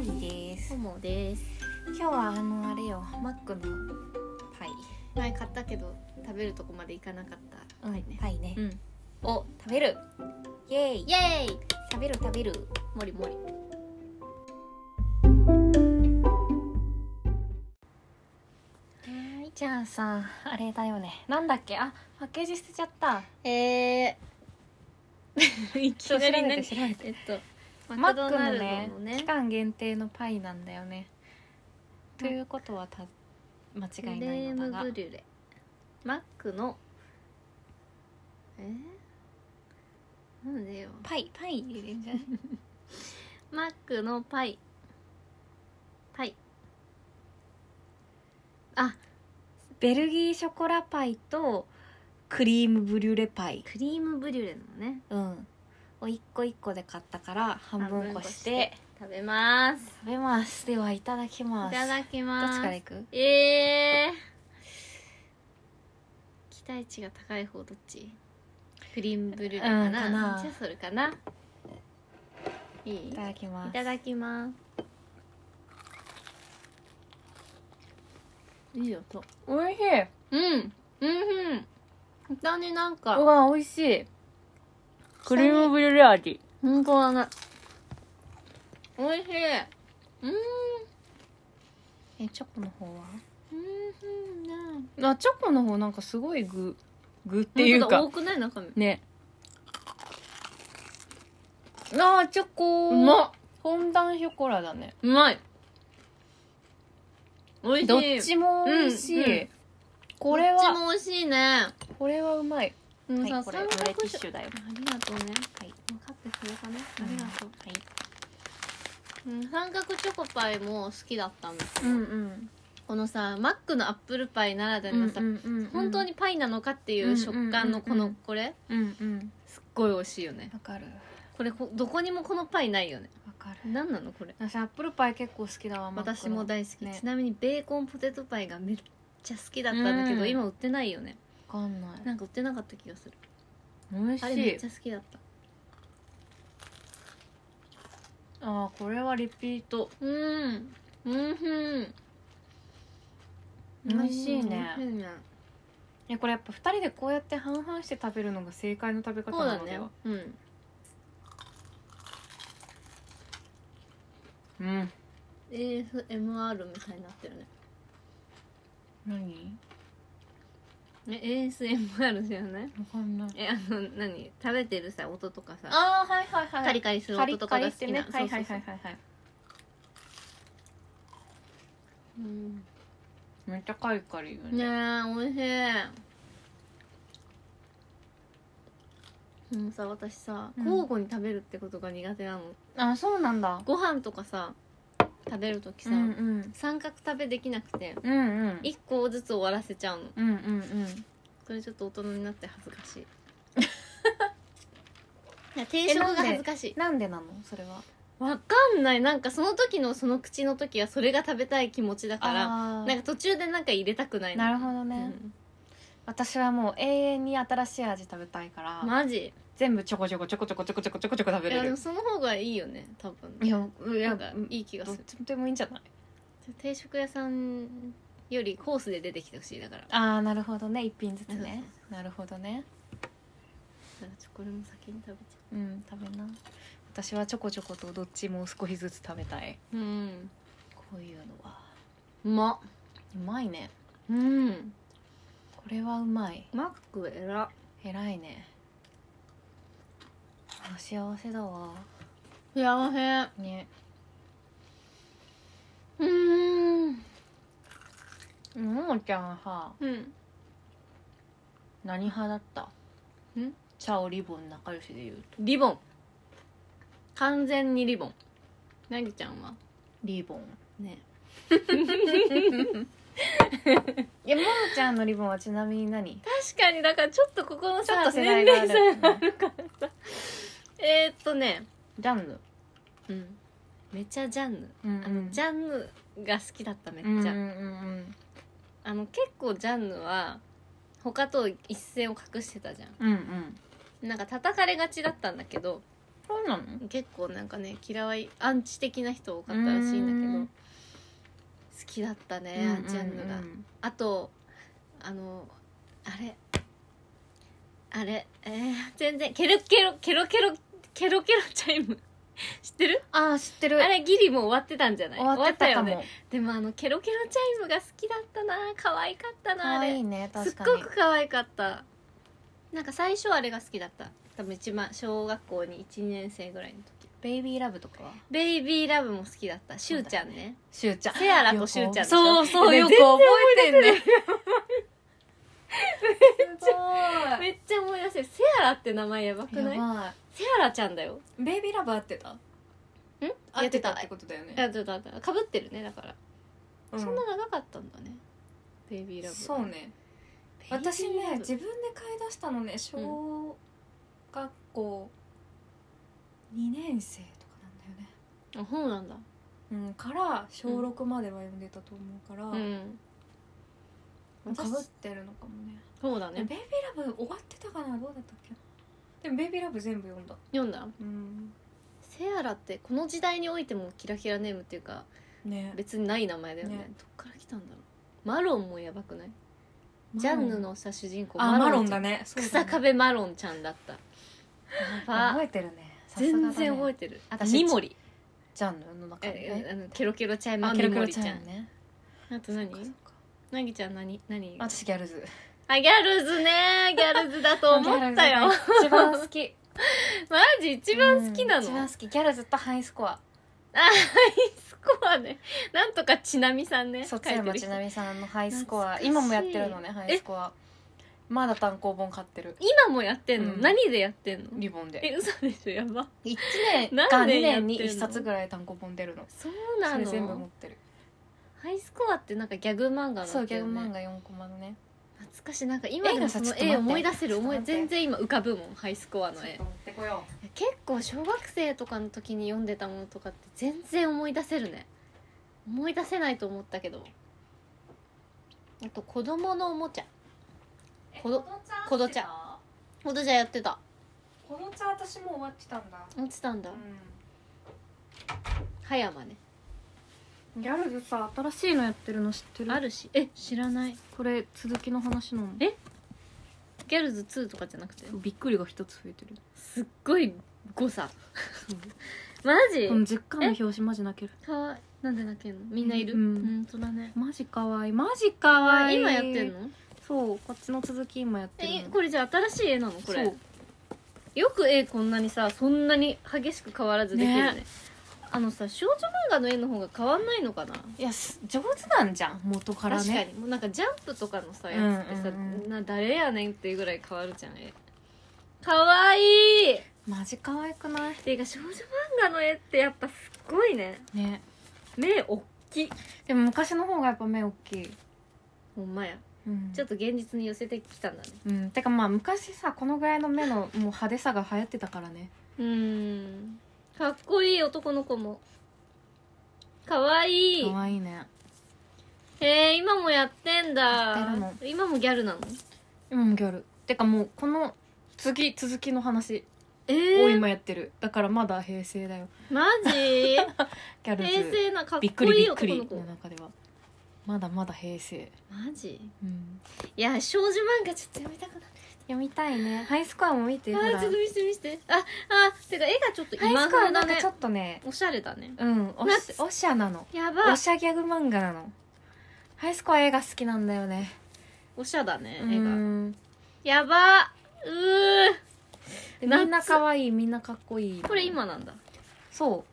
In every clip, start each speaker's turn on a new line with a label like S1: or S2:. S1: リです
S2: ホモです
S1: 今日はあのあれよマックのパイ、
S2: 前買ったけど食べるとこまで行かなかったパイね
S1: パイね、
S2: うん
S1: を食べるイエーイ
S2: イエーイ
S1: 食べる食べる
S2: もりもり
S1: じゃあさあれだよねなんだっけあパッケージ捨てちゃった
S2: え ー、いき
S1: そう
S2: な
S1: 調べ
S2: り何
S1: て調べて
S2: えっと
S1: マ
S2: マク
S1: ッ
S2: ド
S1: クの
S2: ナルド
S1: ね
S2: の
S1: 期
S2: ね
S1: 間限定のパイなんだよね、ということはた間
S2: クレ
S1: 違いない
S2: ー
S1: の
S2: ム
S1: だが
S2: ブリュレマックのえー、なんでよ
S1: パイパイ入れんじゃない
S2: マックのパイパイあ
S1: ベルギーショコラパイとクリームブリュレパイ
S2: クリームブリュレのね
S1: うんを一個一個で買ったから半分こして
S2: 食べますい
S1: 食べますではいただきます
S2: ただき
S1: ど
S2: ま
S1: っ
S2: す
S1: ちからいく
S2: えー、期待値が高い方どっちクリームブルーレかな,、
S1: うんかな
S2: じゃあそれかないい
S1: いただきます
S2: いただきますいい音
S1: おいしい
S2: うんうんうん本当になん
S1: う
S2: か
S1: わ美味しいクリームブリュレ味
S2: 本当だなおいしいうん
S1: えチョコの方は
S2: うんうんっ
S1: あチョコの方なんかすごい具具って
S2: 多くない中身
S1: ねあーチョコ
S2: うまっ
S1: フォンダンショコラだね
S2: うまいおいしい
S1: どっちも美味しい、
S2: うんうん
S1: これ
S2: どっち
S1: は
S2: も美味しいね
S1: これはうまい
S2: もう
S1: は
S2: さ、
S1: いこれ
S2: 300
S1: これティッシュだよ
S2: ありがとうね
S1: はい
S2: 分かってくれたね
S1: あ
S2: あり
S1: り
S2: が
S1: が
S2: と
S1: と
S2: う
S1: う、
S2: うん、三角チョコパイも好きだったんです
S1: うんうん
S2: このさマックのアップルパイならではのさ、本当にパイなのかっていう食感のこ
S1: うんうんうんう
S2: の
S1: ん
S2: これ
S1: うんうん
S2: すっごい美味しいよね
S1: わかる
S2: これこどこにもこのパイないよね
S1: わかる
S2: 何なのこれ
S1: 私アップルパイ結構好きだわマックの
S2: 私も大好き、
S1: ね
S2: ちなみにベーコンポテトパイがめっちゃ好きだったんだけど、
S1: うん
S2: 今売ってないよね
S1: わかんない
S2: なんか売ってなかった気がする
S1: 美味
S2: あれ
S1: し
S2: め
S1: い
S2: っちゃ好きだった
S1: あーこれはリピート
S2: うんうんうん
S1: 美味しいね
S2: 美味しいね
S1: いやこれやっぱ2人でこうやって半々して食べるのが正解の食べ
S2: そ
S1: 方
S2: う
S1: な
S2: だ
S1: ので
S2: ね
S1: は
S2: うん
S1: う,、
S2: ASMR みたいになってるね
S1: ん何
S2: え ASMR じゃない
S1: わかんない
S2: えあの何食べてるさ音とかさ
S1: ああはいはいは
S2: カリカリする
S1: カリ
S2: 音と
S1: カリ
S2: かが
S1: っ
S2: 好
S1: て
S2: き
S1: ね
S2: な
S1: はいはいはいいはいはい
S2: うん
S1: めっちゃカリカリよ
S2: ねえ美味しいもうさ私さ
S1: うん
S2: 交互に食べるってことが苦手なの、
S1: あそうなんだ
S2: ご飯とかさ食べる時さ、
S1: うんうん
S2: 三角食べできなくて
S1: うんうん
S2: 一個ずつ終わらせちゃうの
S1: うんうんうん
S2: それちょっと大人になって恥ずかしい いや定食が恥ずかしい
S1: なんでなのそれは
S2: わかんないなんかその時のその口の時はそれが食べたい気持ちだから
S1: あ
S2: なんか途中でなんか入れたくないの
S1: なるほどね、私はもう永遠に新しい味食べたいから、
S2: うんマジ
S1: 全部ちょこちょこちょこちょこちょこちょこちょこちょこ食べ
S2: いや
S1: れ
S2: で
S1: る
S2: もその方がいいよね多分
S1: いやい
S2: な
S1: や
S2: んかいい気が
S1: ど
S2: す
S1: っ
S2: る
S1: ちでもいいんじゃない
S2: 定食屋さんよりコースで出てきてほしいだからだか
S1: ああなるほどね一品ずつ
S2: そうそう
S1: ねなるほどね
S2: らちょこれも先に食べちゃ
S1: うん食べな私はちょこちょことどっちも少しずつ食べたいう
S2: うん
S1: こういうのは
S2: うまっ
S1: うまいね
S2: うん
S1: これはうまい
S2: マックえら
S1: 偉いねあ幸せだわ
S2: 幸せ
S1: ね
S2: うーん
S1: ももちゃんはさ
S2: うん
S1: 何派だった
S2: ん
S1: チャオリボン仲良しで言うと
S2: リボン完全にリボンなぎちゃんは
S1: リボン
S2: ね
S1: いやももちゃんのリボンはちなみに何
S2: 確かにだからちょっとここの
S1: ちょ
S2: さ
S1: っと世代がある
S2: 年齢差があるからさえー、っとね
S1: ジャンヌ
S2: うんめちゃジャンヌ
S1: うん
S2: あのジャンヌが好きだっためっちゃ、
S1: うんうんうん
S2: あの結構ジャンヌは他と一線を隠してたじゃ
S1: うんうん
S2: んなんか叩かれがちだったんだけど
S1: そうなの
S2: 結構なんかね嫌いアンチ的な人多かったらしいんだけ
S1: う
S2: ど
S1: ん
S2: 好きだったね
S1: うんうんうん
S2: ジャンルがあとあのあれあれえー、全然ケロケロケロケロケロケロチャイム 知ってる
S1: あー知ってる
S2: あれギリもう終わってたんじゃない
S1: 終わってたか
S2: 終わ
S1: も
S2: でもあのケロケロチャイムが好きだったな可愛かったな
S1: 可
S2: あれ
S1: 愛いね
S2: す
S1: 確
S2: っ
S1: か
S2: ご
S1: に
S2: く可愛かったなんか最初あれが好きだった多分一番小学校に1年生ぐらいの時
S1: ベイビーラブとかは
S2: ベイビーラブも好きだったしゅうちゃんね
S1: しゅうちゃん
S2: セアラとしゅうちゃんでしょ
S1: そうそう
S2: ね
S1: よく覚えてんねめっ
S2: めっちゃ思い出せるセアラって名前やばく
S1: や
S2: ない
S1: ば
S2: セアラちゃんだよ
S1: いベイビーラブ合ってた
S2: ん
S1: 合ってた
S2: や
S1: っ
S2: って
S1: ことだよ
S2: た
S1: ね
S2: やってたやってたかぶってるねだから、
S1: うん
S2: そんな長かったんだねベイビーラブ
S1: そうね
S2: ベイビーラブ
S1: 私ね自分で買い出したのね小学校2年生とかなんだよね
S2: あそうなんだ
S1: うんから小6までは読んでたと思うから
S2: うん
S1: か
S2: 私
S1: ぶってるのかもね
S2: そうだ
S1: ベイ
S2: ね
S1: ビーラブ終わってたかなどうだったっけなでもベイビーラブ全部読んだ
S2: 読んだ
S1: うん
S2: セアラってこの時代においてもキラキラネームっていうか
S1: ね
S2: 別にない名前だよね
S1: ね
S2: どっから来たんだろうマロンもやばくないジャンヌのさ主人公
S1: あマロン
S2: ちゃ
S1: だ
S2: ん
S1: ね
S2: 草壁マロンちゃんだったやば
S1: 覚えてるね
S2: 全然覚え
S1: て
S2: てるあと
S1: 私
S2: ミモリ
S1: ジャンルの中で
S2: え
S1: ね
S2: あのケロケロチャイム
S1: あ
S2: は
S1: ケロ
S2: ミモ
S1: ケロ
S2: リ
S1: ち
S2: ち
S1: ゃ
S2: ゃ
S1: ん
S2: ん
S1: やね
S2: あと何
S1: そっかそっか
S2: なぎちゃん何何
S1: 私ギャルズ
S2: あギャルズねギャルズだと思ったよ
S1: ギャルズね一番好き
S2: マジ一番好きな
S1: うん
S2: の、
S1: 一
S2: あ
S1: 番好きギャルズとハイスコア
S2: ハイスコアねなんとかちなみさんね
S1: 卒
S2: 書いて
S1: 山
S2: る
S1: ち
S2: 人
S1: なみさんのハイスコ
S2: 懐
S1: ア
S2: かしい
S1: 今もやってるのねハイスコアまだ単行本買ってる
S2: 今もやってんの、
S1: うん
S2: 何でやってんの
S1: リボンで
S2: え嘘でしょやば
S1: 1年か
S2: 何
S1: 2
S2: 年やって
S1: 年
S2: んの
S1: に1冊ぐらい単行本出るの
S2: そうな
S1: それ
S2: の
S1: 全部持ってる
S2: ハイスコアってなんかギャグ漫画だったよね
S1: そうギャグ漫画4コマのね
S2: 懐かしいなんか今
S1: 絵
S2: でも
S1: が
S2: そ
S1: さ
S2: の
S1: ちょっと待っ
S2: 絵
S1: て
S2: 思い出せる
S1: ちょっと
S2: 思
S1: 待
S2: い
S1: って
S2: 全然今浮かぶもんハイスコアの絵
S1: ってこよ
S2: 結構小学生とかの時に読んでたものとかって全然思い出せるね思い出せないと思ったけどあと子供のおもちゃこどこどちゃほどじゃやってた
S1: この茶私も終わってたんだ
S2: 落ちたんだ
S1: う
S2: 葉山ね
S1: んギャルズさ新しいのやってるの知ってる
S2: あるしえ知らない
S1: これ続きの話なの
S2: えギャルズ2とかじゃなくて
S1: びっくりが一つ増えてる
S2: すっごい誤差マジ
S1: この実感の表紙マジ泣ける
S2: かわいいなんで泣けんのみんないる
S1: うん
S2: 本当だね
S1: マジかわいいマジかわいい
S2: 今やってんの
S1: そうこっちの続き今やってる
S2: え
S1: の
S2: これじゃあ新しい絵なのこ
S1: そ
S2: れ
S1: う
S2: よく絵こんなにさそんなに激しく変わらずできるね
S1: ね
S2: あのさ少女漫画の絵の方が変わんないのかな、
S1: いやす上手なんじゃん元から
S2: 確か
S1: ね
S2: にもうなんかジャンプとかのさやつってさ、
S1: うんうんう
S2: な誰やねんっていうぐらい変わるじゃん絵かわいい
S1: マジかわいくない
S2: ていうか少女漫画の絵ってやっぱすっごいね
S1: ね
S2: 目おっき
S1: でも昔の方がやっぱ目大きい、
S2: ほんまや
S1: うん、
S2: ちょっと現実に寄せてきたんだね
S1: うんてかまあ昔さこのぐらいの目のもう派手さが流行ってたからね
S2: うーんかっこいい男の子もかわいい
S1: かわいいね
S2: へえ今もやってん
S1: やって
S2: だ
S1: るの
S2: 今もギャルなの
S1: 今もギャルてかもうこの次続きの話
S2: え
S1: を
S2: ー、
S1: 今やってるだからまだ平成だよ
S2: マ ジ
S1: ギャルズ
S2: 平成なかっ
S1: びっく
S2: こ
S1: りび
S2: い
S1: っ
S2: い
S1: く
S2: 男
S1: り
S2: の子
S1: の中ではまだまだ平成、
S2: マジ
S1: うん、
S2: いや少女漫画ちょっと読みたくなっ
S1: 読みたいねハイスコアも見て
S2: てあーちょっと見せて見せてああてか絵がちょっと
S1: ハイ
S2: 今
S1: スコア
S2: 風
S1: な
S2: だ
S1: んか
S2: ね
S1: ちょっとね
S2: おしゃれだね
S1: うんお
S2: なん
S1: しおしゃなの
S2: やば
S1: おしゃギャグ漫画なのハイスコア映画好きなんだよね
S2: おしゃだね
S1: 映
S2: 絵
S1: 画
S2: がやばう
S1: み
S2: 夏
S1: んな可愛いみんなかっこいい
S2: ーこれ今なんだ
S1: そ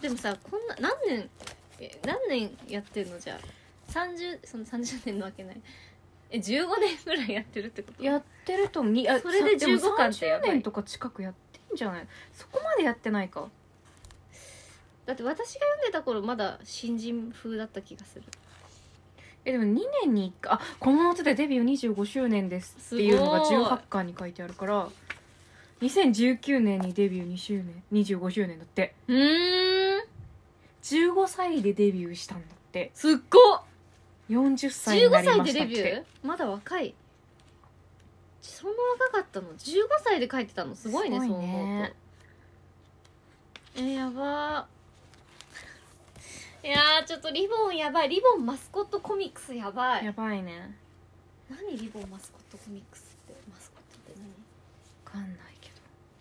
S2: でもさこんな何年え何年やってんのじゃあ30その30年のわけないえ15年ぐらいやってるってこと
S1: うやってるとにあ
S2: それで
S1: さも
S2: 15巻ってやばい
S1: 30年とか近くやってんじゃないそこまでやってないか
S2: だって私が読んでた頃まだ新人風だった気がする
S1: えでも2年に1回あこの夏でデビュー25周年ですっていうのが
S2: すごい
S1: 18巻に書いてあるから2019年にデビュー2周年25周年だって
S2: うーん
S1: 15歳でデビューしたんだって
S2: すっごっ
S1: 40歳にな
S2: 15
S1: りました
S2: 歳
S1: っ
S2: で
S1: て
S2: デビューまだ若いそんな若かったの15歳で書いてたのすごいね
S1: す
S2: そう
S1: ごいね
S2: 思うとえやばーいやーちょっとリボンやばいリボンマスコットコミックスやばい
S1: やばいね
S2: 何リボンマスコットコミックスってマスコットって何
S1: わかんないけ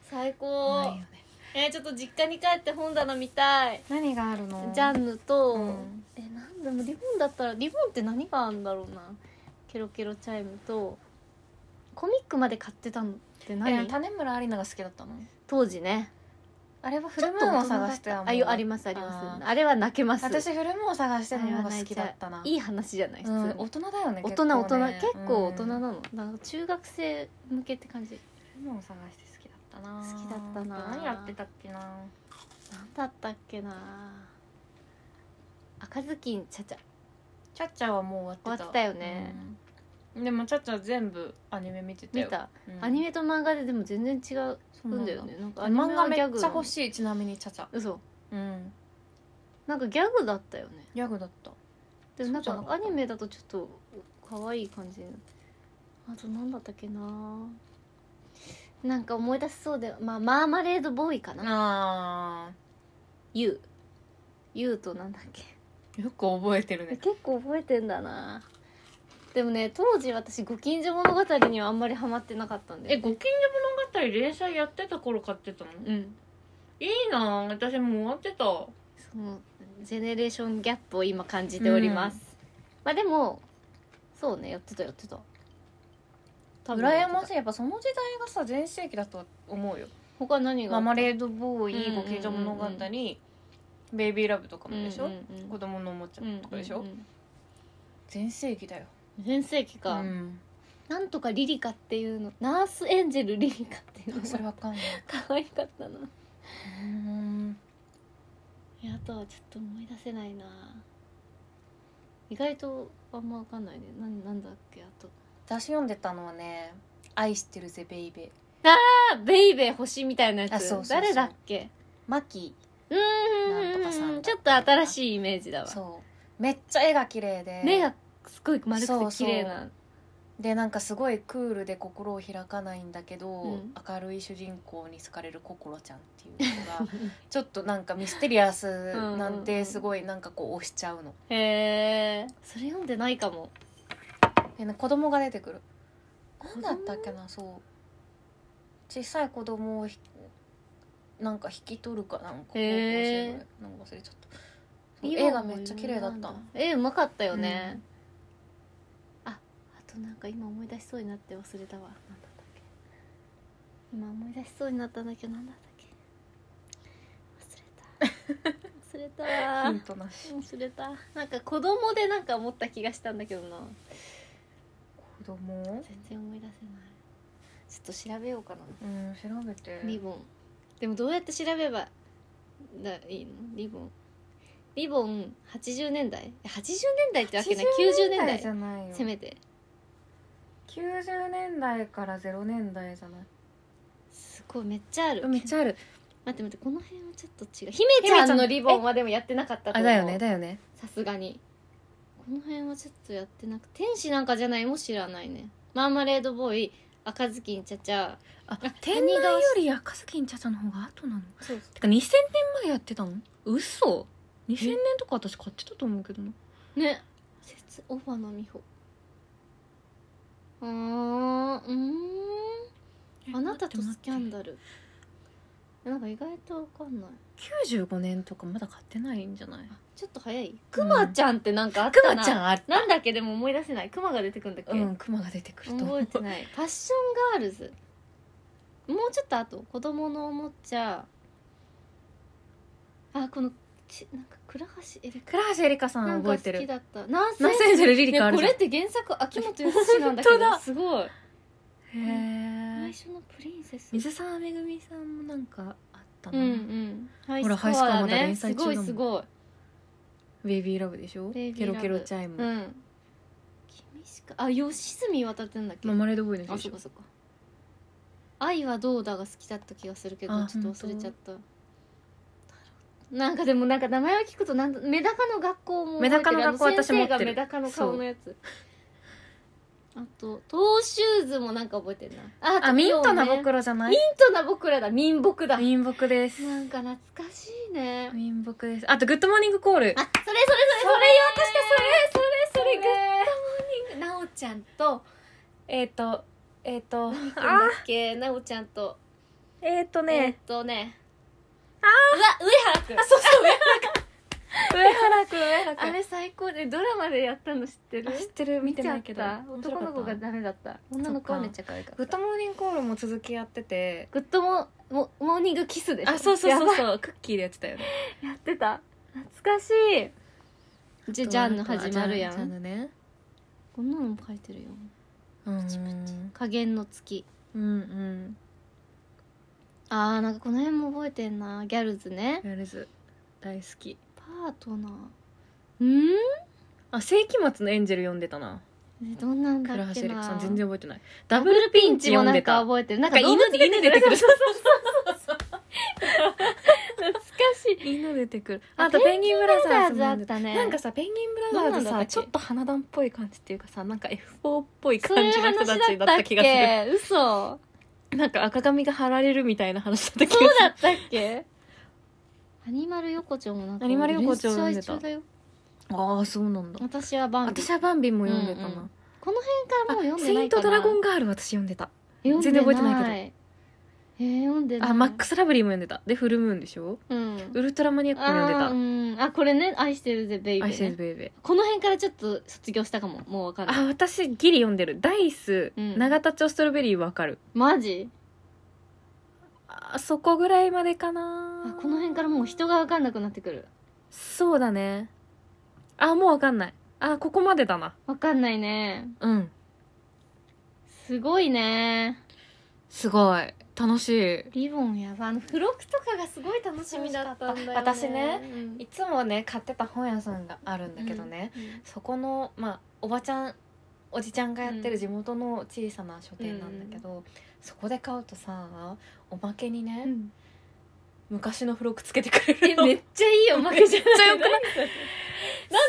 S2: 最
S1: ど
S2: 高
S1: ないよね
S2: えーちょっと実家に帰って本棚見たい
S1: 何があるの
S2: ジャンヌと、
S1: うん
S2: えなんでもリボンだったらリボンって何があるんだろうなケロケロチャイムとコミックまで買ってたのって
S1: えで
S2: 何
S1: も種村ありなが好きだったの
S2: 当時ね
S1: あれはフルムーンを探して
S2: た
S1: た
S2: あ
S1: もん
S2: よありますあります
S1: あ
S2: あれは泣けます
S1: 私フルムーンを探してたのが好きだったない
S2: い話じゃない普
S1: う
S2: 通に
S1: ん、大人だよね
S2: 大人大人結構大人な
S1: フ
S2: の、なんか中学生向けって感じ
S1: ルムーンを探して好きだったな
S2: 好きだったな
S1: 何やってたっけな
S2: なんだったっけな赤ずきんちゃちゃ
S1: チャッチャはもう終わってた
S2: 終わってたよね、
S1: うんでもチャッチャ全部アニメ見てた
S2: 見
S1: よ
S2: た、
S1: うん
S2: アニメと漫画ででも全然違う
S1: そ
S2: ん
S1: う
S2: だよねなんかアニメ
S1: 漫画
S2: は
S1: め
S2: ギャ
S1: っ
S2: グ
S1: ちゃ欲
S2: い
S1: しいちなみにチャチャ
S2: 嘘
S1: うん
S2: なんかギャグだったよね
S1: ギャグだった
S2: でもなん
S1: そう
S2: か
S1: じゃなか
S2: ア
S1: った
S2: ニメだとちょっと可愛い感じにあとなんだったっけななんか思い出しそうで、まあ、マーマレードボーイかな
S1: あ
S2: YOU YOU となんだっけ
S1: ーよく覚えてる ね
S2: 結構覚えてんだなでもね当時私ご近所物語にはあんまりハマってなかったんで
S1: えご近所物語連載やってた頃買ってたの
S2: うん
S1: いいなぁ私もう終わってた
S2: そのジェネレーションギャップを今感じております、まあでもそうねやってたやってた多分や
S1: 羨
S2: ってた
S1: ましいやっぱその時代がさ全盛期だと思うよ
S2: 他何が
S1: ママレードボーイ、
S2: うんうんうんうん
S1: ご近所物語、ベイビーラブとかもでしょ、
S2: うんうんうん
S1: 子供のおもちゃとかでしょ、
S2: うんうん
S1: 全盛期だよ
S2: うん全盛期か、
S1: うん
S2: なんとかリリカっていうのナースエンジェルリリカっていうの
S1: そ れ
S2: が
S1: わかんない
S2: 可愛かったな
S1: うん
S2: いやあとはちょっと思い出せないな意外とあんま分かんないねなんなんだっけあと
S1: 私読んでたのはね「愛してるぜベイベー
S2: あベイベー星みたいなやつ
S1: あそうそうそう
S2: 誰だっけ」
S1: マキ
S2: うーん
S1: なんとかさんだった
S2: ちょっと新しいイメージだわ
S1: そうめっちゃ絵が綺麗で
S2: 目がすごい丸
S1: そう
S2: くて
S1: そ
S2: 綺
S1: う
S2: 麗な
S1: でなんかすごいクールで心を開かないんだけど、
S2: うん
S1: 明るい主人公に好かれる心ちゃんっていうのが ちょっとなんかミステリアスなん
S2: うんうんうん
S1: てすごいなんかこう押しちゃうの
S2: へえそれ読んでないかも
S1: でね子供が出てくるなんだったっけなそう小さい子供をひなんか引き取るかなんか高校生
S2: へー
S1: ぐらいなんか忘れちゃったそう絵がめっちゃ綺麗だった
S2: 絵うまかったよね、ああとなんか今思い出しそうになって忘れたわなんだったっけ今思い出しそうになったんだけどなんだったっけ 忘れた忘れたわ
S1: ヒントなし
S2: 忘れたなんか子供でなんか思った気がしたんだけどな
S1: 子供
S2: 全然思い出せないちょっと調べようかな
S1: うん調べて
S2: リボンでもどうやって調べばだいいのリボンリボン80年代え80年代ってわけない90年代
S1: じゃないよ
S2: せめて
S1: 90年代から0年代じゃない
S2: すごいめっちゃある
S1: めっちゃある
S2: 待って待ってこの辺はちょっと違う姫ちゃんのリボンはでもやってなかったと
S1: あ
S2: 思う
S1: だよねだよね
S2: さすがにこの辺はちょっとやってなく天使なんかじゃないも知らないねマーマレードボーイ赤ずきんちゃちゃ
S1: あ
S2: 天内よ
S1: り赤崎んちゃちゃの方が後なの
S2: そう
S1: てか2000年までやってたの嘘2000年とか私買ってたと思うけどな
S2: ね節オファのみほあーうーんあなたとスキャンダルなんか意外とわかんない
S1: 95年とかまだ買ってないんじゃない
S2: あちょっと早いクマちゃんってなんかあっ
S1: ク
S2: たな、
S1: マちゃんある
S2: なんだっけでも思い出せないクマが出てくるんだっけ、
S1: うんクマが出てくると思
S2: 覚え
S1: う
S2: てないファッションガールズもうちょっと後子供のおもちゃあこのちなんか倉橋エリカ
S1: 倉橋エリカさ
S2: なんんか
S1: 覚え
S2: 好
S1: て
S2: き
S1: る
S2: だったナース
S1: ナセンジェルリリカあ
S2: ね
S1: るじゃ
S2: これ
S1: ん
S2: って原作秋元康なんだけど
S1: 本当だ
S2: すごい
S1: へ
S2: 最
S1: え
S2: 初のプリンセス
S1: 水沢めぐみさんもなんかあった
S2: う
S1: なん
S2: うんハイ
S1: ほ
S2: ス
S1: ら
S2: コアだ
S1: ハイスコアまだ
S2: ね
S1: 連
S2: す
S1: 載中だ
S2: ご
S1: もん
S2: いすごい
S1: ベイビーラブでしょ
S2: ベイ
S1: ケ
S2: ビーラ
S1: ロ
S2: ブ
S1: ケロチャイ
S2: う
S1: ム
S2: ん君しかあ吉住渡ってんだっけ
S1: ママレードボーイの人
S2: あ
S1: でし
S2: そ
S1: ょ
S2: こそこ愛はどうだが好きだった気がするけど
S1: あ
S2: ちょっと忘れちゃったなんかでもなんか名前を聞くとなんだメダカの学校も覚
S1: メ
S2: えてる
S1: ダカの学校
S2: あ先生が
S1: 私持ってる
S2: メダカの顔のやつあとトーシューズもなんか覚えてるなあ
S1: あミントな
S2: 僕
S1: 袋
S2: ら
S1: じゃな
S2: ミン
S1: い
S2: トな僕らだ民僕だなん
S1: 民僕です
S2: か懐かしいね
S1: 民僕ですあとグッドモーニングコール
S2: あそれそれそれそれよ確かそれそれそれグッドモーニングなおちゃんと
S1: えっとえっと
S2: なんだっけなおちゃんと
S1: えっと
S2: えーっ
S1: ね
S2: とね
S1: あ
S2: うわ上原くんそうそう
S1: 上原くん上原く
S2: あ
S1: ん
S2: れ最高でドラマでやったの知ってる
S1: あ知ってる見てないけど
S2: ちゃった男の
S1: 面
S2: 子が
S1: 白かっ
S2: ダメだった女の子はめっちゃ可愛か
S1: た
S2: っ
S1: グ
S2: た
S1: ッドモーニングコールも続きやってて
S2: グッドモモモーニングキスでしょ
S1: あそうそう
S2: や
S1: そ
S2: ば
S1: う
S2: い
S1: そうクッキーでやってたよね
S2: やってた懐かしいじゃじゃんの始まるや
S1: ジャン
S2: ん
S1: のね
S2: こんなのも書いてるよ
S1: うんうん
S2: 加減の月
S1: うん
S2: あーなんかこの辺も覚えてんなギャルズね
S1: ガールズ大好き
S2: パートナーん
S1: あ世紀末のエンジェル読んでたな
S2: えどんなんだ
S1: 倉
S2: っ
S1: 橋
S2: け
S1: エリク
S2: な
S1: さん全然覚えてない
S2: ダ
S1: ダブルピンチ
S2: も
S1: 読ん
S2: な
S1: で
S2: んか
S1: た
S2: 覚えてるなん
S1: な
S2: か
S1: んか
S2: 動
S1: 犬
S2: 物
S1: で犬出てくる
S2: 懐かしい
S1: 犬出てくる
S2: あ
S1: あとペンギンブラザーズも読
S2: あ
S1: ん
S2: っ
S1: でた
S2: たね
S1: なんかさペンギンブラザーズ
S2: どんなんだっ
S1: さ
S2: たっけ
S1: ちょっと花壇っぽい感じっていうかさなんか F4 っぽい
S2: そうい
S1: 感
S2: う
S1: じの人た
S2: 話
S1: ち
S2: だ
S1: だった
S2: っった
S1: 気がする
S2: け嘘
S1: なんか赤髪が貼られるみたいな話だった気がす
S2: そ
S1: る
S2: うだったっ けアニマル横丁もなんか
S1: アニマル横丁読んでた
S2: 連載中だよ
S1: ああそうなんだ
S2: 私はバンビ
S1: 私はバンビも読んでた
S2: うんうん
S1: な
S2: この辺からもう
S1: あ
S2: 読ん
S1: セ
S2: でな
S1: イ
S2: い
S1: ン
S2: か
S1: ト
S2: な
S1: ドラゴンガール私読んでた
S2: 読んで
S1: 全然覚えてないけど
S2: えー、読んでない
S1: あマックスラブリーも読んでたでフルムーンでしょ
S2: うん
S1: ウルトラマニアックも読んで
S2: あーうんあこれね「愛してるぜベイ
S1: た
S2: ベ
S1: アイ
S2: ー、
S1: シェ
S2: ね
S1: ル」ベイベ
S2: この辺からちょっと卒業したかももうわかんない
S1: あ私ギリ読んでるダイス、
S2: うん
S1: 永田町ストロベリーわかる
S2: マジ
S1: あそこぐらいまでかな
S2: あこの辺からもう人がわかんなくなってくる
S1: そうだねあもうわかんないあここまでだな
S2: わかんないね
S1: うん
S2: すごいね
S1: すごい楽しい
S2: リボンやばあの付録とかがすごい楽しみだったんだよね
S1: 楽しかった私ね
S2: うん
S1: いつもね買ってた本屋さんがあるんだけどね、そこのまあおばちゃんおじちゃんがやってる地元の小さな書店なんだけど、そこで買うとさおまけにね、
S2: うんうん
S1: 昔の付録つけてくれ
S2: え
S1: るの
S2: めっちゃいいおまけじゃない
S1: めっちゃ良くない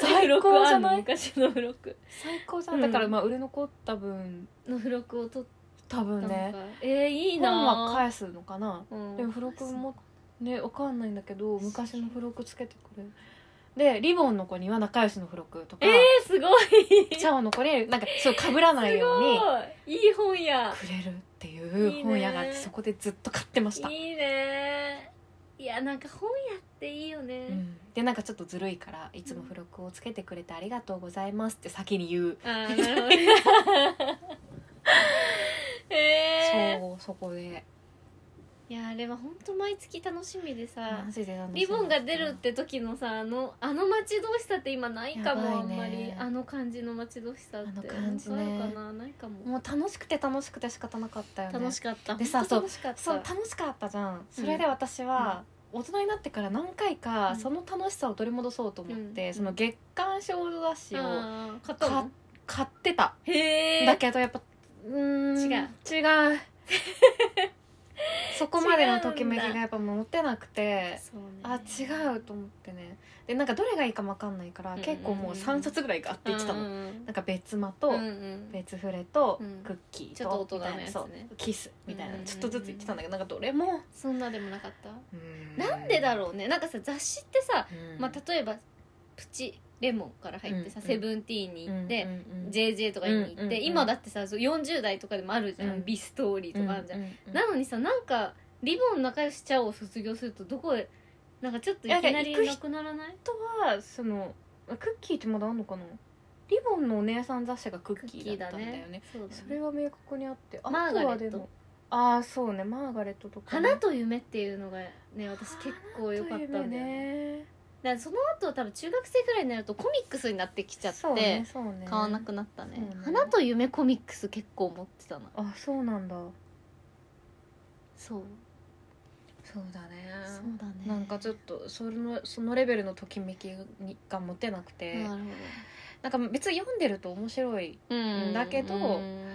S2: なんで付録あんの
S1: 最
S2: 昔の付録
S1: 最高じゃん、
S2: うん
S1: だからまあ売れ残った分
S2: の付録を取っ
S1: 多
S2: た
S1: 分
S2: のか、
S1: ね
S2: えー、いいな
S1: 本は返すのかな
S2: うん
S1: でも付録もねわかんないんだけど昔の付録つけてくれるでリボンの子には仲良しの付録とか、
S2: えー、すごい
S1: チャオの子になんかそうかぶらないように
S2: すごいいい本や
S1: くれるっていう本屋があっ
S2: いい
S1: て
S2: ね
S1: そこでずっと買ってました
S2: いいねいやなんか本屋っていいよ
S1: う
S2: ね、
S1: んでなんかちょっとずるいからいつも付録をつけてくれてありがとうございますって先に言う、
S2: あ ーなるほどねえ
S1: そうそこで
S2: ー、いやあれは本当毎月楽しみでさ
S1: マジで楽しみ
S2: リボンが出るって時のさあのあの待ち遠しさって今ないかも、
S1: や
S2: あ
S1: ばい
S2: ん
S1: ね
S2: まりあの感じの待ち遠しさって
S1: あの感じね
S2: なんかあるかなないかも
S1: もう楽しくて楽しくて仕方なかったよね
S2: 楽しかった
S1: でさ
S2: 本当楽しかった
S1: そう楽しかったじゃんそれで私は、大人になってから何回
S2: う
S1: か
S2: ん
S1: その楽しさを取り戻そうと思って、
S2: うん
S1: その月刊少女雑誌を
S2: あー買ったの
S1: 買ってた、
S2: へえ
S1: だけどやっぱうーん
S2: 違う
S1: 違う そこまでのときめきがやっぱ持ってなくて
S2: そう、ね、
S1: あ違うと思ってねでなんかどれがいいかも分かんないから、
S2: うん
S1: 結構もう3冊ぐらい買ってきたの、
S2: うんうん
S1: なんか別間と、
S2: うんうん
S1: 別フレと
S2: うん
S1: クッキーと
S2: ちょっと大人のやつね
S1: みたいなそうキスみたいな
S2: うん
S1: ちょっとずつ言ってたんだけどなんかどれも
S2: そんなでもなかったなんでだろうねなんかさ雑誌ってさ、
S1: う
S2: まあ、例えばプチレモンから入ってさ、
S1: うん
S2: セブンティーンに行って、
S1: ェ
S2: JJ とかに行って、
S1: うんうんうん
S2: 今だってさそう40代とかでもあるじゃん、
S1: うん
S2: ビストーリーとかあるじゃん、
S1: ん
S2: なのにさなんかリボン仲良しちゃおを卒業するとどこへなんかちょっといきなり
S1: いや行く人
S2: なくならない
S1: とはそのクッキーってまだあんのかなリボンのお姉さん雑誌がク
S2: ク
S1: ッ
S2: ッ
S1: キ
S2: キー
S1: ーだっ
S2: だ
S1: たんだよ
S2: ね
S1: ね
S2: そうだね
S1: それは明確にあってあと
S2: マーガレット
S1: はでもああそうねマーガレットとかね
S2: 花と夢っていうのがね私結構良かったんだよね
S1: ね
S2: だからその後多分中学生ぐらいになるとコミックスになってきちゃって、
S1: そうねそうね
S2: 買わなくなったね
S1: そうね
S2: 花と夢コミックス結構持ってたな
S1: あそうなんだ
S2: そう
S1: そうだね
S2: そうだね
S1: なんかちょっとそのそのレベルのときめきにが持てなくて、
S2: なる
S1: なんか別に読んでると面白い
S2: ほどうん
S1: だけど
S2: うん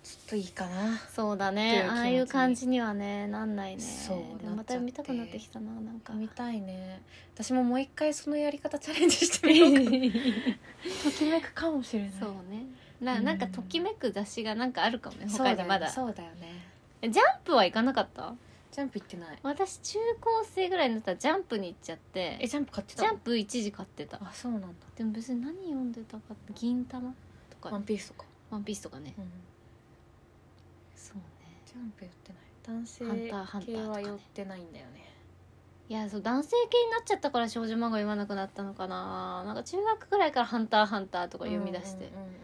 S1: ちょっといいかな
S2: そうだ
S1: ってい
S2: ね
S1: う気持ち
S2: あ
S1: に
S2: あいう感じにはねなんないね
S1: そう
S2: でも
S1: な
S2: ま
S1: っち
S2: た
S1: ゃって
S2: 見たくなってきたななんか
S1: 見たいね私もも う一回そのやり方チャレンジしてみようかなときめくかもしれない
S2: そうねななんか
S1: うん
S2: ときめく雑誌がなんかあるかもね
S1: そうだ
S2: 他に
S1: よ
S2: まだ
S1: ねそうだよね
S2: ジャンプは行かなかった
S1: ジャンプ行ってない
S2: 私中高生ぐらいになったらジャンプに行っちゃって
S1: えジャンプ買って
S2: ジ
S1: たの
S2: ャンプ一時買ってた
S1: あそうなんだ
S2: でも別に何読んでたかって銀玉とか
S1: ワンピースとか、
S2: ワンピースとかね
S1: うん、
S2: そうね
S1: ジャンプ寄ってない男性
S2: ハンターハンタ
S1: 系
S2: ーとか
S1: は
S2: ね
S1: 寄ってないんだよね
S2: いやそう男性系になっちゃったから少女漫画読まなくなったのかななんか中学ぐらいから「ハンターハンター」とか読み出
S1: う
S2: して、
S1: んうんうんうん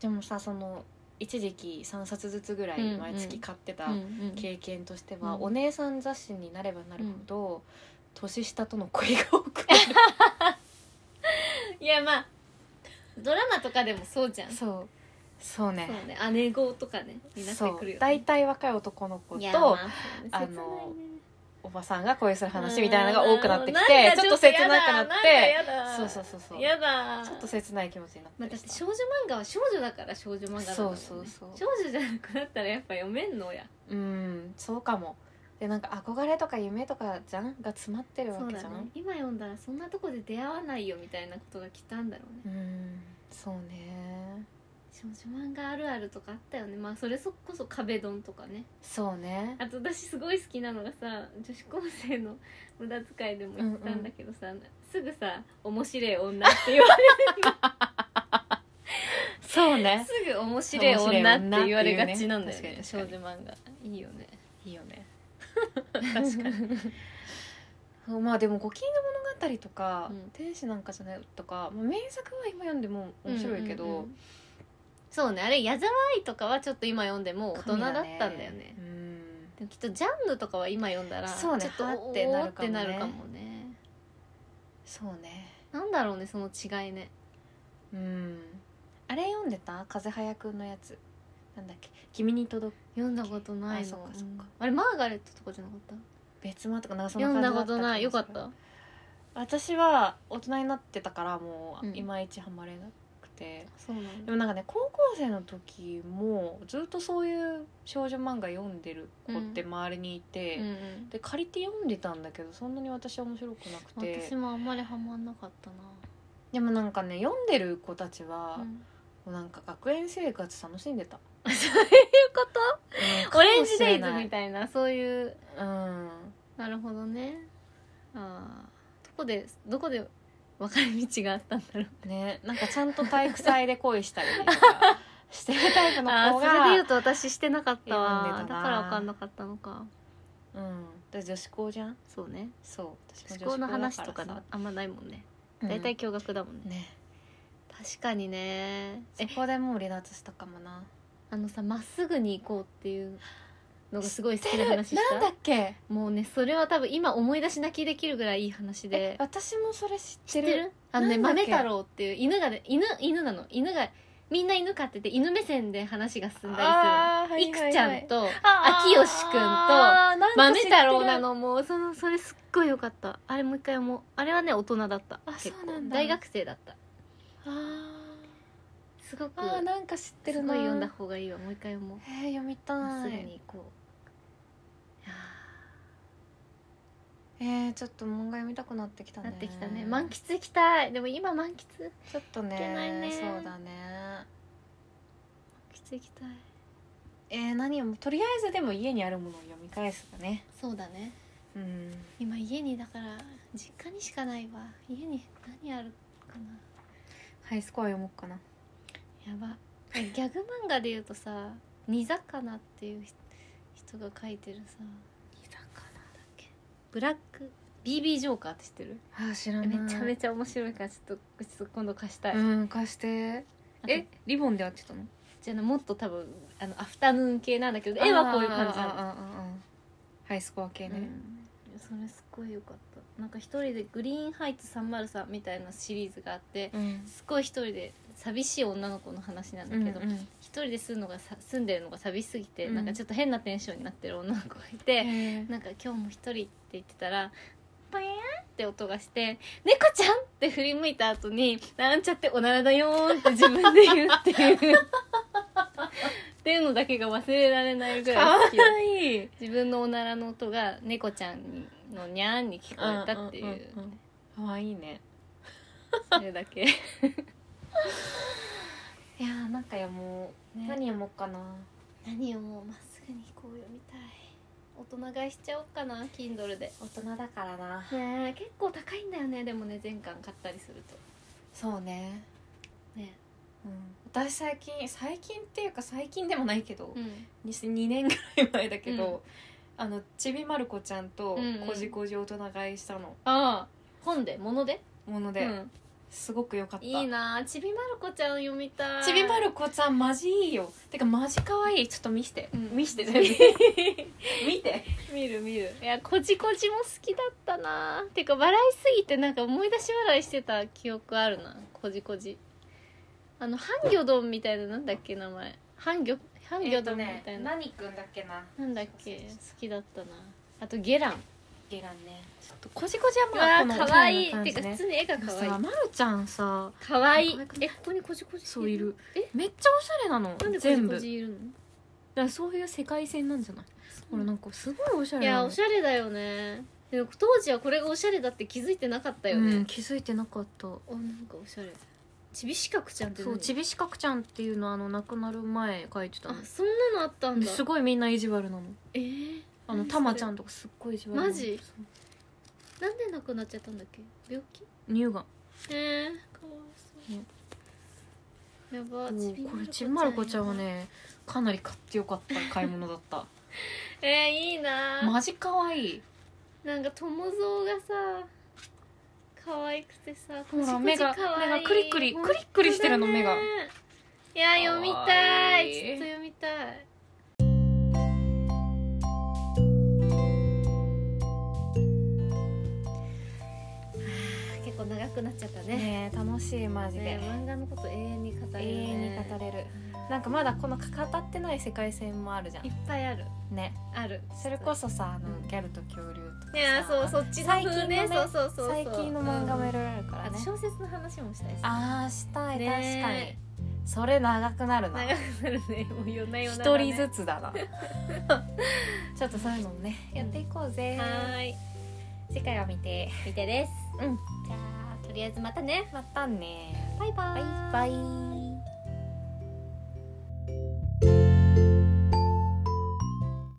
S1: でもさその一時期3冊ずつぐらい毎月買ってた
S2: うんうん
S1: 経験としては、
S2: うん
S1: お姉さん雑誌になればなるほど、年下との恋が多くなる
S2: いやまあドラマとかでもそうじゃん そ
S1: そうそう
S2: う
S1: ね
S2: ね姉号とかねになって
S1: そ
S2: くる
S1: う
S2: よ、
S1: 大
S2: ね、
S1: 体若い男の子
S2: いやま
S1: と
S2: あ
S1: あ
S2: そうね切ないね
S1: のおばさんが恋する話みたいなの
S2: う
S1: が
S2: ん
S1: 多くなってき
S2: なん
S1: て
S2: か
S1: ちょっと切なくなって
S2: やだなんかやだ
S1: そうそうそうそう
S2: やだ
S1: ちょっと切ない気持ちにな
S2: まあ、
S1: った
S2: だ
S1: り
S2: って
S1: した、
S2: 少女漫画は少女だから少女漫画なんだもんね
S1: そうそうそ
S2: 少女じゃなくなったらやっぱ読めんのや
S1: うんそうかもでなんか憧れとか夢とかじゃんが詰まってるわ
S2: そう
S1: け
S2: だ
S1: じゃん
S2: ね今読んだらそんなとこで出会わないよみたいなことが来たんだろうね
S1: うんそうね
S2: 少女漫画あるあるとかあったよねまあそれこそ壁ドンとかね
S1: そうね
S2: あと私すごい好きなのがさ女子高生の無駄遣いでも言ったんだけどさ、すぐさ「面白い女」って言われ
S1: そう
S2: る
S1: ね
S2: すぐ「面白い女」って言われがちなんだよね
S1: 面
S2: 少
S1: 白い女
S2: 女
S1: ってい
S2: 漫画いいよね
S1: いいよね
S2: 確かに
S1: まあでも「ご近所物語」とか
S2: うん
S1: 「天使なんかじゃない」とかまあ名作は今読んでも面白いけど、
S2: うんうんうんそうねあれ矢沢愛とかはちょっと今読んでも大人だったんだよね
S1: うん
S2: でもきっとジャンヌとかは今読んだら
S1: そうね
S2: ちょっと
S1: は
S2: おー
S1: っ
S2: ってて
S1: な
S2: な
S1: る
S2: る
S1: かもね
S2: かもね
S1: そうね
S2: なんだろうねその違いね
S1: うんあれ読んでた風早くんのやつなんだっけ「君に届く
S2: 読んだことないの
S1: あそっかそっか
S2: うんあれマーガレットとかじゃなかった
S1: 別間」とかなんかそんな
S2: 読ん
S1: 感じ
S2: だ
S1: だった
S2: ことないよかった
S1: 私は大人になってたからも
S2: うん
S1: ういまいちハマれなくて、
S2: そうなん
S1: で
S2: だ
S1: もなんかね高校生の時もずっとそういう少女漫画読んでる子って周りにいて、
S2: うんうん
S1: で借りて読んでたんだけどそんなに私は面白くなくて
S2: 私もあんまりハマんなかった
S1: でもなんかね読んでる子たち
S2: な、
S1: は
S2: う、ん
S1: もうなんか学園生活楽しんで た、
S2: そういうこ
S1: うん
S2: とオレンジデイズ
S1: かもし
S2: み
S1: れ
S2: たいなそういう
S1: ないうん
S2: なるほどねあーどこでどこで分かれ道があったんだろう
S1: ねなんかちゃんと体育祭で恋したりとかしてるタイプの
S2: あ
S1: 子
S2: ーそれで言
S1: が
S2: うと私してなかったわ
S1: 読んでた
S2: だ
S1: な
S2: から分かんなかったのか
S1: うんで女子校じゃん
S2: そうね
S1: そう私
S2: 思
S1: も女子だ
S2: 考の
S1: から
S2: 話
S1: さ
S2: とかなあんまないもんね
S1: うん
S2: 大体驚愕だもんね、
S1: ね
S2: 確かにね
S1: そ
S2: え
S1: こでもう離脱したかもな
S2: あのさまっすぐに行こうっていうのがすごい好きな話した
S1: なんだっけ
S2: もうねそれは多分今思い出し泣きできるぐらいいい話
S1: え
S2: で
S1: 私もそれ知って
S2: 知っ
S1: る
S2: てるあのね
S1: なんだっ
S2: 豆
S1: け
S2: 太郎っていう犬がね犬犬なの犬がみんな犬飼ってて犬目線で話が進んだ
S1: あーは
S2: りするのいくちゃんと
S1: あー
S2: 秋吉くんと
S1: なんか
S2: 豆
S1: 知って
S2: 太
S1: る
S2: 郎なのもうそのそれすっごい良かったあれもう一回もうあれはね大人だった
S1: あ
S2: 結
S1: そうな
S2: 構
S1: んだ
S2: 大学生だった
S1: あ
S2: すご
S1: ー
S2: く
S1: あーなんか知ってる
S2: す
S1: な
S2: ごい読んだ方がいいわもう一回読もう
S1: えー、読み
S2: まっ
S1: た
S2: す
S1: い
S2: ぐに行こういや
S1: えー、ちょっと漫画読みたくなってきた
S2: ーな
S1: ね
S2: ってきたね満喫行きたいでも今満喫満
S1: ちょっとね
S2: いけないね
S1: そうだね
S2: 喫行きたい
S1: えー、何をとりあえずでも家にあるものを読み返すかね
S2: そうだね
S1: うん
S2: 今家にだから実家にしかないわ家に何あるかな
S1: ハイスコア読もうかな
S2: やばえギャグ漫画で言うとさ 「煮魚」っていう人人が書いてるさ
S1: いたかな
S2: だっけブラック BB ジョーカーって知ってる
S1: あー知らない
S2: めちゃめちゃ面白いからちょっとちょっと今度貸したい、
S1: うん貸して
S2: え
S1: えリボンで合ってたの
S2: じゃあもっと多分あのアフタヌーン系なんだけど絵はこういう感じなの
S1: のハイスコア系
S2: う
S1: ね
S2: んそれすっごい良かったなんか一人で「グリーンハイツ303」みたいなシリーズがあって
S1: うん
S2: すごい一人で寂しい女の子の話なん
S1: だ
S2: だ
S1: け
S2: けど
S1: ど
S2: 一、人で住んのがさ住んでるのが寂しすぎて、
S1: うん
S2: なんかちょっと変なテンションになってる女の子がいて、
S1: えー
S2: なんか「今日も一人」って言ってたら「パヤーン!」って音がして「猫ちゃん!」って振り向いた後に「なんちゃっておならだよーん」って自分で言うっていうっていうのだけが忘れられないぐらい好きだった
S1: いい
S2: 自分のおならの音が猫ちゃんのにゃーんに聞こえたっていう,、
S1: うんうんうん可愛いね
S2: それだけ
S1: いやーなんかやもう、
S2: ね
S1: 何読もうかな
S2: 何をもうまっすぐにこう読みたい大人買いしちゃおうかな Kindle で
S1: 大人だからな
S2: ねえ結構高いんだよねでもね全巻買ったりすると
S1: そうね
S2: ね
S1: うん私最近最近っていうか最近でもないけど、
S2: ん
S1: に2年ぐらい前だけど、あのちびまる子ちゃんと
S2: うんうん
S1: こじこじ大人買いしたの
S2: ああ本で物で
S1: もので、
S2: うん
S1: すごく良かった
S2: いいなあちびまる子ちゃん読みたい
S1: ちびまる子ちゃんマジいいよてかマジ可愛いちょっと見して、
S2: うん
S1: 見 して全部見て
S2: 見る見るいやこじこじも好きだったなてか笑いすぎてなんか思い出し笑いしてた記憶あるなこじこじあの半魚丼みたいななんだっけ名前半魚半魚丼みたいな、
S1: 何くんだっけな
S2: なんだっけ好きだったなあとゲラン
S1: ゲランねちょっとこじこじ
S2: う
S1: はまあ
S2: わ
S1: この
S2: かわいい、
S1: この
S2: て
S1: よう
S2: か
S1: な感
S2: 普
S1: じね
S2: 通に絵が
S1: で
S2: か
S1: も
S2: わいい
S1: さまるちゃんさ
S2: かわいい
S1: 可愛くな
S2: えここにこじこじ
S1: そういる
S2: え
S1: めっちゃおしゃれなの
S2: なんでこじ
S1: 全部
S2: こ
S1: だか
S2: じいるの
S1: らそういう世界線なんじゃないほらなんかすごいおしゃ
S2: い
S1: れな
S2: や
S1: の
S2: おしゃれだよねでも当時はこれがおしゃれだって気づいてなかったよ
S1: うん、
S2: ね、
S1: 気づいてなかった
S2: おなんかおしゃれちびしかくちゃんって
S1: そう
S2: 何
S1: ちびしかくちゃんっていうのあの亡くなる前書いてた
S2: あ
S1: の
S2: そんなのあったんだ
S1: ですごいみんな意地悪なの
S2: えー、
S1: あの
S2: 何それ
S1: たまちゃんとかすっごい意地悪なの
S2: マジ
S1: そう
S2: なんで亡くなっちゃったんだっけ病気
S1: 乳がん
S2: えー、かわいそう、
S1: ね
S2: やば
S1: もうこれちんま
S2: ま
S1: る
S2: る
S1: 子
S2: 子
S1: ちゃんは
S2: や
S1: ねかなり買ってよかった買い物だった
S2: ばえー、いいな、
S1: マジ可愛い
S2: なんか友蔵がさ可愛くてさ
S1: ほら
S2: こじこじ
S1: 目が
S2: 可愛い
S1: 目がクリクリ
S2: 本当
S1: クリクリしてるの
S2: だね
S1: 目が
S2: いや読みた
S1: 可
S2: い
S1: 愛い
S2: ちょっと読みたいはあ結構長くなっちゃったね
S1: ねえ楽しいマジで
S2: ね漫画のこと永遠に語れる、
S1: 永
S2: ね、
S1: 遠に語れるなんかまだこの語ってない世界線もあるじゃ
S2: いっぱいある
S1: んね
S2: ある
S1: それこそさあの
S2: うん
S1: ギャルと恐竜とかさ
S2: いやそうそっちの風ね
S1: 最近のね
S2: そうそうそうそう
S1: 最近の漫画もい
S2: る、
S1: ろいろあるか
S2: うん
S1: ら
S2: あと
S1: ね
S2: 小説の話もしたいし
S1: あーしたい確かに
S2: ね
S1: それ長くなるな
S2: 長くなるねもう夜な夜な
S1: 一
S2: だね
S1: 人ずつ だなちょっとそういうのもねやっていこうぜ
S2: はーい
S1: 次回は見て
S2: 見てです
S1: うん
S2: じゃあとりあえずまたね
S1: またね
S2: バイバ
S1: バ
S2: ー
S1: イ
S2: イ
S1: バイ